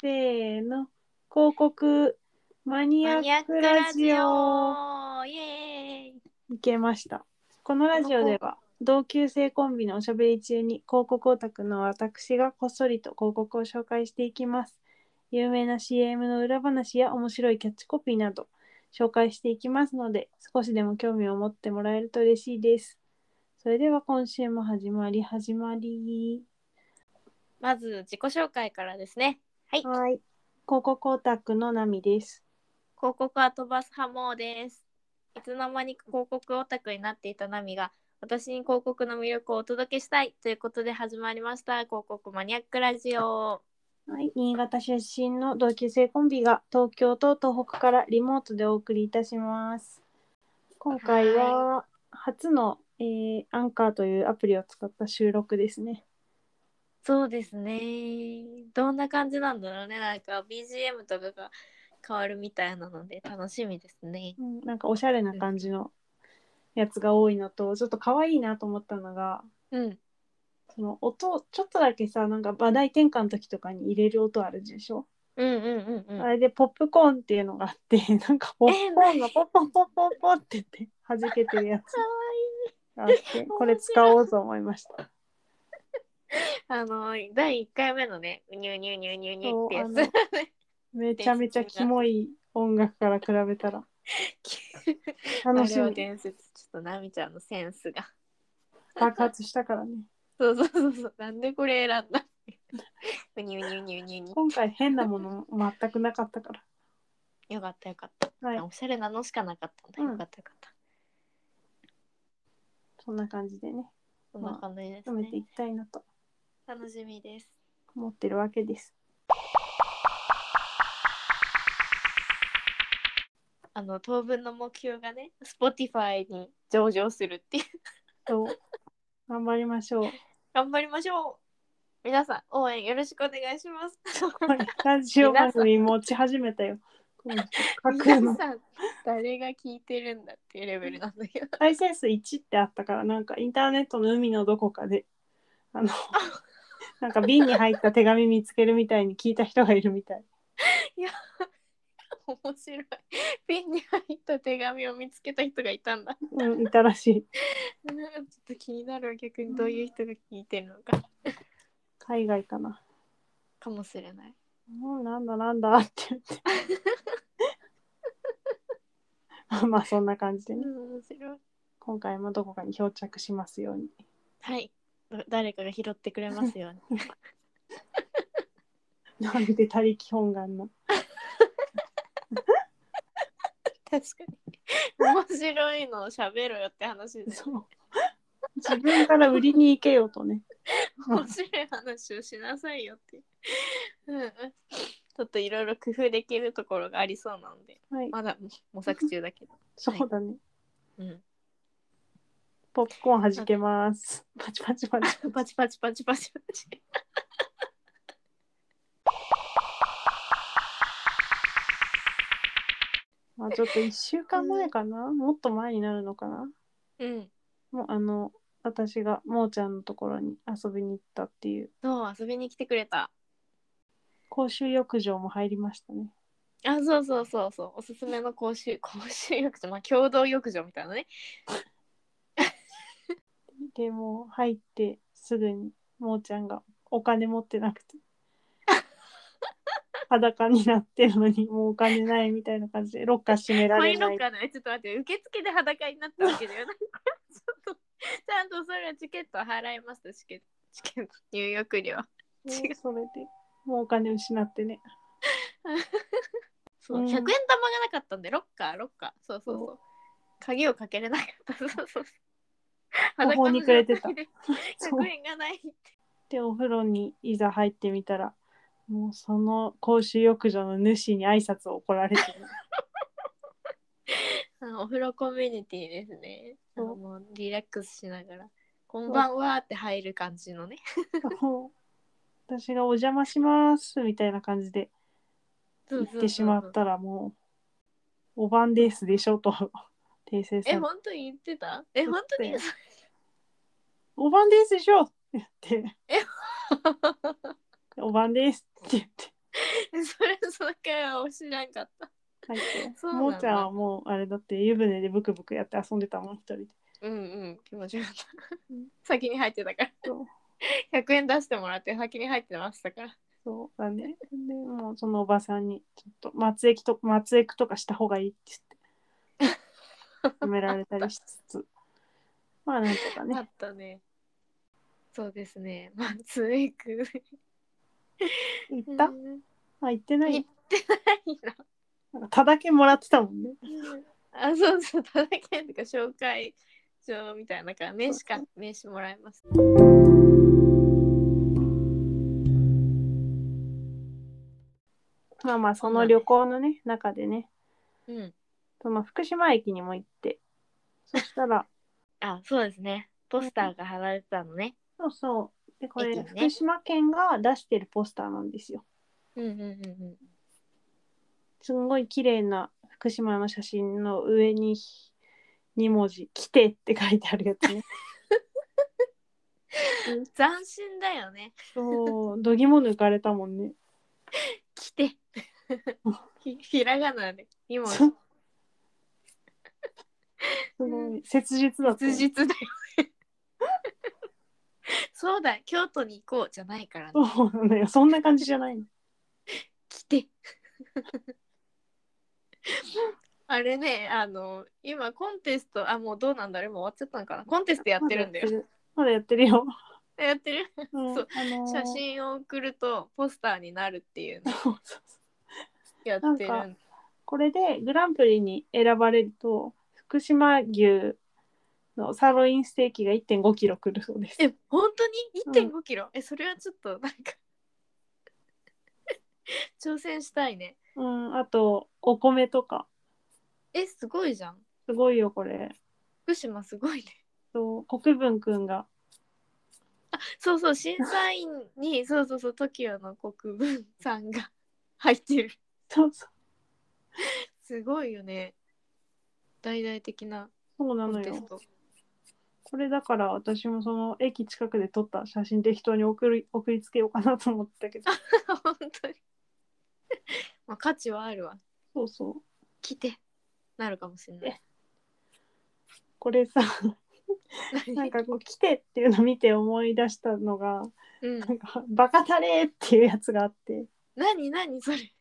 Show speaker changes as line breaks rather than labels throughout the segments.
せーの広告マニア
マニアッ
ッ
ク
ク
ラ
ラ
ジ
ジオ
オイエーイ
いけましたこのラジオでは同級生コンビのおしゃべり中に広告オタクの私がこっそりと広告を紹介していきます有名な CM の裏話や面白いキャッチコピーなど紹介していきますので少しでも興味を持ってもらえると嬉しいですそれでは今週も始まり始まり
まず自己紹介からですね。はい、広
はい広告オタクのナミです
告は飛ばすハモーです。いつの間にか広告オタクになっていたナミが、私に広告の魅力をお届けしたいということで始まりました。広告マニアックラジオ。
はい、新潟出身の同級生コンビが東京と東北からリモートでお送りいたします。今回は初の、えーアンカーというアプリを使った収録ですね。
そうですね。どんな感じなんだろうね。なんか BGM とかが変わるみたいなので楽しみですね。
うんなんかおしゃれな感じのやつが多いのと、ちょっと可愛いなと思ったのが、
うん。
その音、ちょっとだけさ、なんか話題転換の時とかに入れる音あるでしょ、
うんうんうん
あ
うん。
れでポップコーンっていうのがあって、 なんかポップコーンがポンポンポンポンポンって言って弾けてるやつ。があって これ使おうと思いました。
あの第1回目のね「うにゅうにゅうにゅうにゅうにゅ」ってや
そうあ
つ
のめちゃめちゃキモい音楽から比べた ら
あ
楽し
れは
み
伝説ちょっと奈美ちゃんのセンスが
爆発したからね。
そうそうそうそうなんでこれ選ん だうにゅうにゅうにゅうにゅうにゅ
今回変なもの全くなかったから。
よかったよかった、
はい
おしゃれなのしかなかったんだ
うん
よかったよかった、
そんな感じでね
そんな感じです
埋めて
ね
いきたいなと
楽しみです
思ってるわけ です。
あの当分の目標がね Spotify に上場するっていう
そう頑張りましょう。
頑張りましょう皆さん応援よろしくお願いします
ラジオ番組持ち始めたよ。この架空
皆
の
さん誰が聞いてるんだっていうレベルなんだけど
ライセンス1ってあったからなんかインターネットの海のどこかであ のなんか瓶に入った手紙見つけるみたいに聞いた人がいるみたい。
面白いピンに入った手紙を見つけた人がいたんだ
うん、いたらしい。
うんちょっと気になるわ逆にどういう人が聞いてるのか
海外かな。
かもしれない
もうなんだなんだって言って。 まあそんな感じで
うん
ね、
面白い
今回もどこかに漂着しますように。
はいど誰かが拾ってくれますように
なんで他力本願の。
確かに面白いのを喋ろよって話で
そう。自分から売りに行けよとね。
面白い話をしなさいよってうんうんちょっといろいろ工夫できるところがありそうなので
はい、
まだ模索中だけど
そうだね。
うん
ポップコーンはじけます。パチパチパチ。
パチパチパチパチパチ。
まあちょっと1週間前かな、もっと前になるのかな
うん。
もうあの、私がもーちゃんのところに遊びに行ったっていう、
そう、遊びに来てくれた。
公衆浴場も入りましたね。
あ、そうそうそうそう。おすすめの公衆、公衆浴場、まあ、共同浴場みたいなね。
でもう入ってすぐにもーちゃんがお金持ってなくて裸になってるのにもうお金ないみたいな感じでロッカー閉めら
マ
れ
イロ
な
ッ
い
カーのね、ちょっと待って、受付で裸になったわけ だよ。なんか、ちょっと、ちゃんとそれはチケット払いますチケット、チケット、入浴料。
ねそれでもうお金失ってね
そう、
う
100
ん
円玉がなかったんで、ロッカー、ロッカー。そうそうそう。鍵をかけれなかった。そうそうそう。
途方に暮れてた
裸の状態で100円がない。
でお風呂にいざ入ってみたらもうその公衆浴場の主に挨拶を怒られて る
うんお風呂コミュニティですね。あ
そう
のもうリラックスしながら、こんばんはって入る感じのね。
もう私が「お邪魔します」みたいな感じで
そう
行
そうそ
っ
う
てしまったらもう「おばんです」でしょと訂正さ
え、
れ
本当に言ってたえ、本当に
言っおばんですでし ょって言って、おばんですって言って、
それそれくらいは知らんかった
だっけ
そうなんだ
もーちゃんはもうあれだって湯船でブクブクやって遊んでたもん一人で
うんうん気持ちよかった 先に入ってたか
そう
ら100円出してもらって先に入ってましたから
そうだねでもうそのおばさんにちょっと松液と松液とかした方がいいって言って褒められたりしつつ まあなんとか
あ
ね
ったねそうですねまあついく
行った、
うん
あ行ってな
行っ
い
いいな
なんかただけもらってたもんね
あそうそうただけんとか紹介状みたいなから名刺か名刺もらいます
まあまあその旅行のね中でね
うん
その福島駅にも行ってそしたら
あそうですねポスターが貼られてたのね
そうそうでこれ、
駅ね
福島県が出してるポスターなんですよ
うんうんうんうん
すんごい綺麗な福島の写真の上に2文字「来て」って書いてあるやつ ね
斬新だよね
そうどぎも抜かれたもんね
来て ひひらがな で今
そうすごい切実だったよ
実実だよね そうだ京都に行こうじゃないからね
そうなんだよそんな感じじゃないの
来てあれねあの今コンテストあもうどうなんだろう今終わっちゃったのかなコンテストやってるんだよ
まだやってるよ、
やってる
うん
そう
あのー
写真を送るとポスターになるっていうの
そうそうそう
やってる
なんこれでグランプリに選ばれると福島牛のサーロインステーキが1 5キロくるそうです
え本当に
う
1 5キロ、えそれはちょっとなんか 挑戦したいね
うんあとお米とか
えすごいじゃん
すごいよこれ
福島すごいね
そう国分くんが
そうそう審査員 にそうそうそう TOKIO の国分さんが 入ってる
そうそう
すごいよね大々的な
そうな
コ
の
ンテス
よ
ト
これだから私もその駅近くで撮った写真適当に送り送りつけようかなと思ったけど
本当にまあ価値はあるわ
そうそう
来てなるかもしれない
これさなん
何
かこう来てっていうの見て思い出したのが
うん
なんかバカタレーっていうやつがあって
何何それ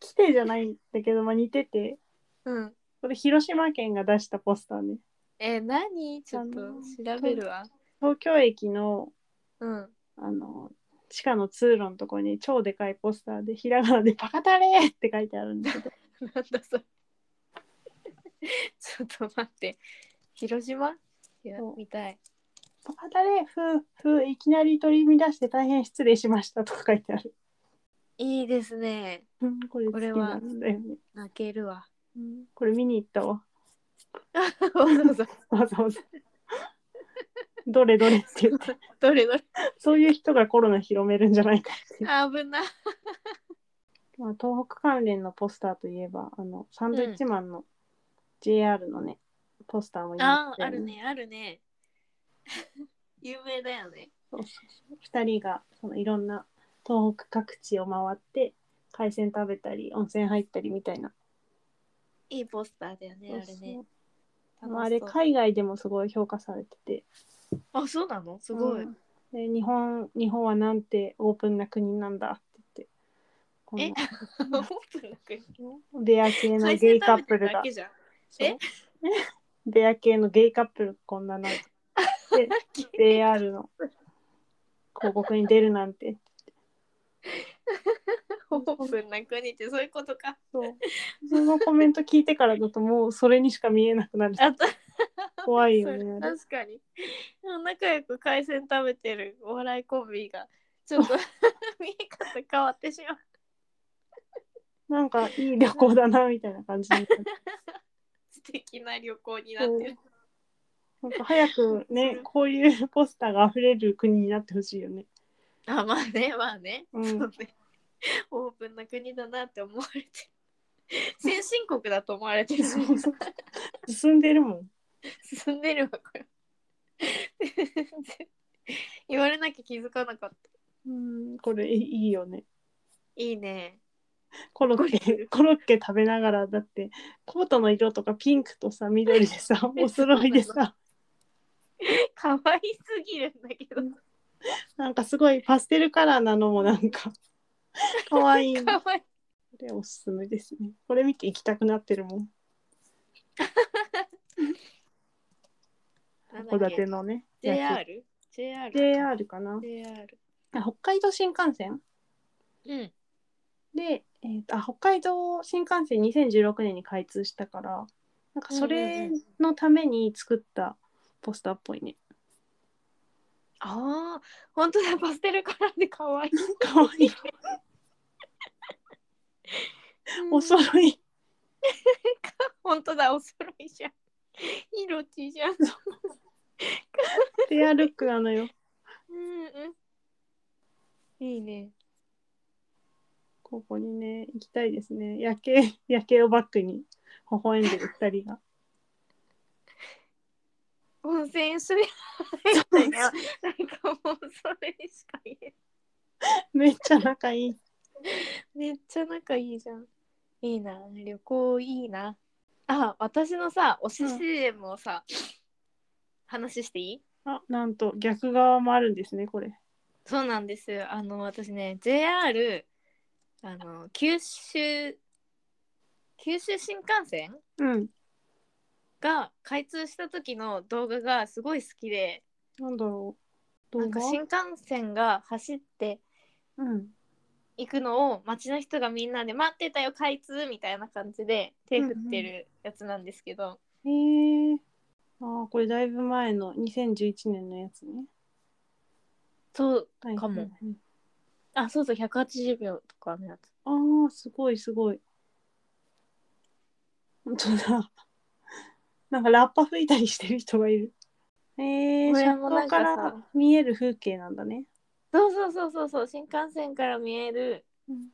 来てじゃないんだけど、まあ、似てて
うん
これ広島県が出したポスターね
えー何ちょっと
あのー
調べるわ
東京駅の
うん
あの地下の通路のとこに超でかいポスターでひらがなで「バカタレー!」って書いてあるんだけど
なんだそれ ちょっと待って広島いや
そう
見たい
バカタレーふうふういきなり取り乱して大変失礼しました」とか書いてある、
いいですね
うん、これ好
こ
き
れは
なんだよね
泣けるわ
うんこれ見に行ったわ
わざわざ
わざわざどれどれって言って
どれどれ
そういう人がコロナ広めるんじゃないかっていう
あ危ない
まあ、東北関連のポスターといえばあのサンドイッチマンの JR のね、ポスターも
あ
今
ーある
ね
ねあるね有名だよね
そうそうそう2人がそのいろんな東北各地を回って海鮮食べたり温泉入ったりみたいな、
いいポスターだよねあれ
そう
ね
そうまああれ
楽しそう
海外でもすごい評価されてて
あそうなのすごい、
うんで日本日本はなんてオープンな国なんだって言って
え
こ
オープンな国
のベア系の
海
ゲ
鮮
イカ
食
ップ
べてる
ルが
だけじゃん
そう ベア系のゲイカップルこんなの で JR の広告に出るなんて
オープンな国ってそういうこと か
そうそのコメント聞いてからだともうそれにしか見えなくな る
あと
怖いよねあれ
確かに仲良く海鮮食べてるお笑いコンビがちょ っと 見え方変わってしまう
なんかいい旅行だなみたいな感じに なる
素敵な旅行になってる
なんか早くねこういうポスターが溢れる国になってほしいよね
あまあねまあね、
うん
そうねオープンな国だなって思われてる先進国だと思われてる
そうそう進んでるもん
進んでるわこれ全然言われなきゃ気づかなかった
うんこれいいよね
いいね。
コロッケ コロッケ食べながらだってコートの色とかピンクとさ緑でさ お揃いでさ
可愛いすぎるんだけど。
なんかすごいパステルカラーなのもなん か可愛いこ
可愛い。
れおすすめですねこれ見て行きたくなってるもん
なんだ
函
っけ
館のねや
JR? JR?
つ JR かな
JR
あ北海道新幹線
うん。
で、えーとあ北海道新幹線2016年に開通したからなんかそれのために作ったポスターっぽいね。
ああ、本当だ、パステルカラーで可愛い。
かわいい。お
うん
揃い。
本当だ、お揃いじゃん。 色ちじゃん。
ペアルックなのよ。
うんうん。いいね。
ここにね、行きたいですね。夜景、夜景をバックに微笑んでる二 人が。
温泉すりゃいいんだよ。 なんかもうそれしか言えない
めっちゃ仲いい。
めっちゃ仲いいじゃん。いいな、旅行いいな。あ、私のさ、おしでもさ、話していい
あ、なんと逆側もあるんですね、これ。
そうなんですよ。あの、私ね、JR、あの、九州、九州新幹線
うん。
が開通した時の動画がすごい好きで、
なんだろう。
な
動
んか
画
新幹線が走って
うん。
行くのを街の人がみんなで待ってたよ、開通みたいな感じで手振ってるやつなんですけど、
へえー。あーこれだいぶ前の2011年のやつね。
そう
はい
かも。あ、そうそう、180秒とかのやつ。
ああ、すごいすごい。本当だ。 なんかラッパ吹いたりしてる人がいる。えー、
これ
車
も
窓
なんか
か
さ
ら見える風景なんだね。
そうそうそうそうそう、新幹線から見える、
うん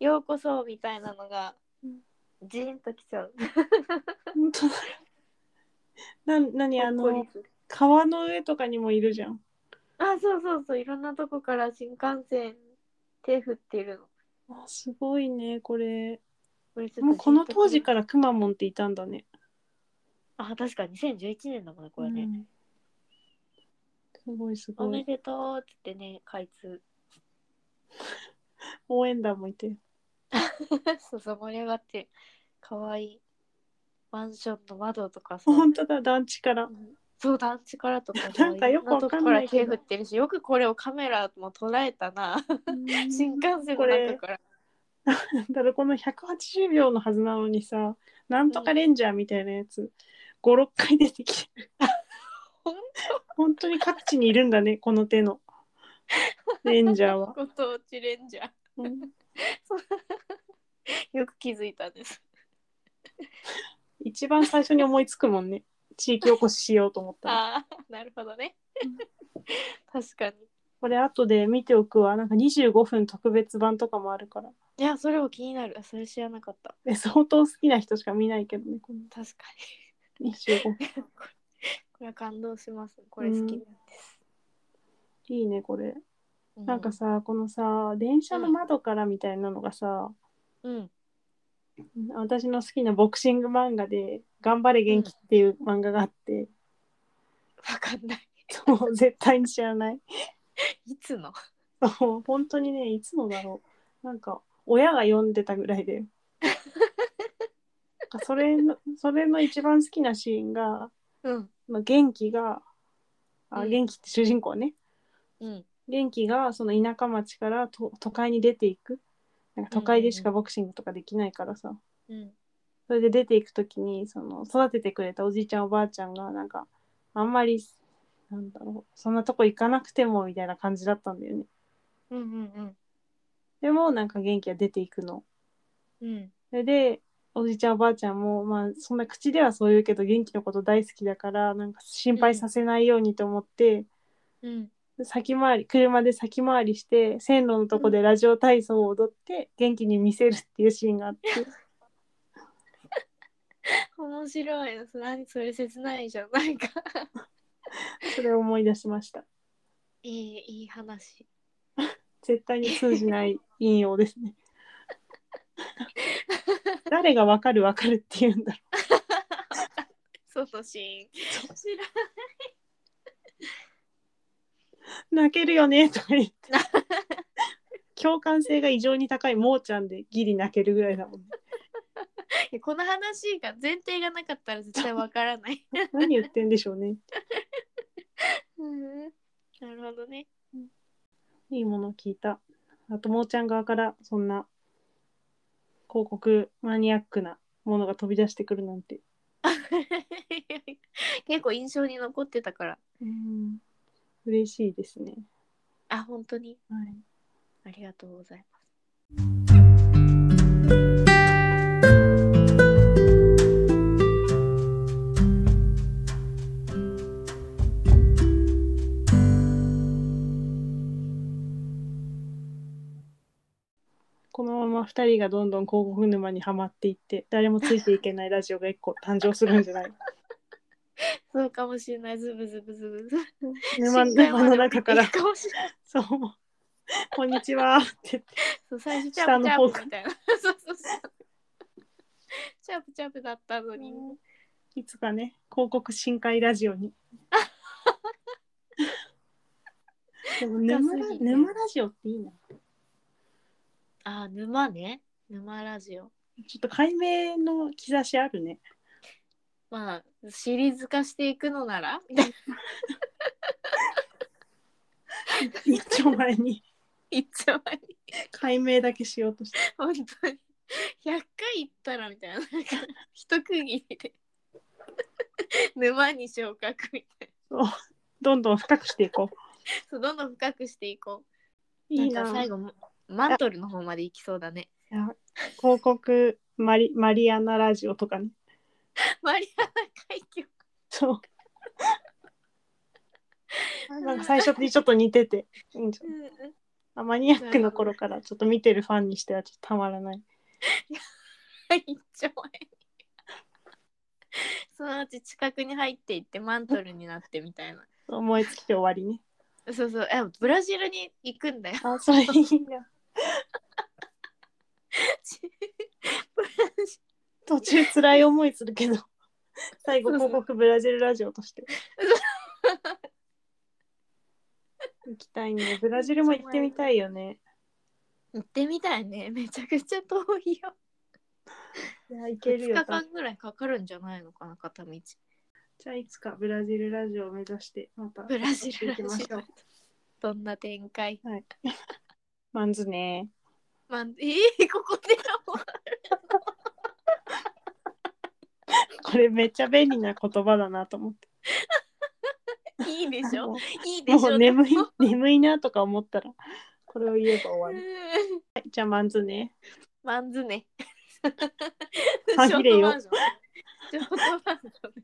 ようこそみたいなのが
うん、
ジーンときちゃう。
本当だ。 な、なにあの、川の上とかにもいるじゃん。
あ、そうそうそう、いろんなとこから新幹線手振ってるの。
あすごいね、これ。
これちょっと。
もうこの当時かららくまモンっていたんだね。
あ、確かに2011年だもんね、これね。
うんすごいす
お
ご
め
い。
でとうっつってね、開通。
応援団もいて。
そうそう、盛り上がってる。かわいい。マンションの窓とかさ。
本当だ、団地から。
そう団地からとか
なんかよくわかんないけど
ろんなとこから手振ってるしよくこれをカメラも捉えたな新幹線
こ
の
れ
中から
だからこの180秒のはずなのにさなんとかレンジャーみたいなやつ、56回出てきてる
本
本当に各地にいるんだねこの手のレンジャーは、
ご当地レンジャー
うん
よく気づいたんです
一番最初に思いつくもんね地域おこししようと思ったら
ああなるほどね 確かに
これ後で見ておくわなんか25分特別版とかもあるから
いやそれも気になるそれ知らなかった
え相当好きな人しか見ないけどねこの
確か
25分
にこれ これは感動しますこれ好きなんです、
いいねこれ、
う
なんかさこのさ電車の窓からみたいなのがさ、
うん
私の好きなボクシング漫画で「頑張れ元気」っていう漫画があって、
わかんない
そう絶対に知らない
いつの
そう本当にねいつもだろうなんか親が読んでたぐらい でなんかそれのそれの一番好きなシーンが、
うん
まあ、元気があ
うん
元気って主人公ね
うん
元気がその田舎町からと都会に出ていくなんか都会でしかボクシングとかできないからさ、
うん
それで出ていくときにその育ててくれたおじいちゃんおばあちゃんがなんかあんまりなんだろうそんなとこ行かなくてもみたいな感じだったんだよね
うんうん
でもなんか元気が出ていくの
うんうん
それでおじいちゃんおばあちゃんもまあそんな口ではそう言うけど元気のこと大好きだからなんか心配させないようにと思って、
うん
先回り車で先回りして線路のとこでラジオ体操を踊って元気に見せるっていうシーンがあって
面白いです何それ切ないじゃんなんか
それを思い出しました
いいいい話
絶対に通じない引用ですね。誰がわかるわかるって言うんだろ
そうそうしん知らん
う。泣けるよねとか言って。共感性が異常に高いもーちゃんでギリ泣けるぐらいだもんね。
いやこの話が前提がなかったら絶対わからない。
何言ってんでしょうね。
うんなるほどね。
いいもの聞いた。あと、もーちゃん側からそんな広告マニアックなものが飛び出してくるなんて。
結構印象に残ってたから。
うん。嬉しいですね。
あ、本当に
はい。
ありがとうございます。
このまま2人がどんどん広告沼にはまっていって誰もついていけないラジオが1個誕生するんじゃない
そうかもしれない。ズブズブズブズブ。
沼
深海
沼
ま
の
で降りて
中から
いくかもしれない
「そうこんにちは」って言って
そう最初チャ
下
プ
の
チャ
方
プみたいな。そうそうそう。チャプチャプだったのに。
いつかね広告深海ラジオ に。でも沼ラ
深すぎて
沼ラジオっていいな。
あ、沼ね。沼ラジオ。
ちょっと解明の兆しあるね。
まあ、シリーズ化していくのなら みたいな
一丁前に
一丁前に。
解明だけしようとして。
本当に。100回行ったらみたいな。なんか一区切りで。 沼に昇格みたい
どんどん深くしていこう。
な。そうどんどん深くしていこう。
いい
ん
な。
か最後、マントルの方まで行きそうだね。
いや広告マリマリアナラジオとかね。
マリアナ海峡。
そう。なんか最初にちょっと似てて、いいんじゃない
うんうん
あマニアックの頃からちょっと見てるファンにしてはちょっとたまらない。
一丁前に。そのうち近くに入っていってマントルになってみたいな。
思いつきで終わりね。
そうそう。え、ブラジルに行くんだよ。
あ、それいいな。
ブラジ
途中辛い思いするけど、最後広告ブラジルラジオとして。行きたいね。ブラジルも行ってみたいよね。
ル行ってみたいね。めちゃくちゃ遠いよ。
いや、行けるよ。
2日
多分
間ぐらいかかるんじゃないのかな、片道。
じゃあいつかブラジルラジオを目指して、また
ブラジルラ
行きまし
ジ
ょ
オ
う。。
どんな展開
マンズね。
まあ、えー、ここでも
これめっちゃ便利な言葉だなと思って。
ういいでし
あ
ょ
の
いいでしょ
もう 眠い
でも
眠いなとか思ったらこれを言えば終わ
う
り。
ん
はい、じゃあマンズね。
マンズね。
歯切れよ
ショートバージョン。ショートバージョンね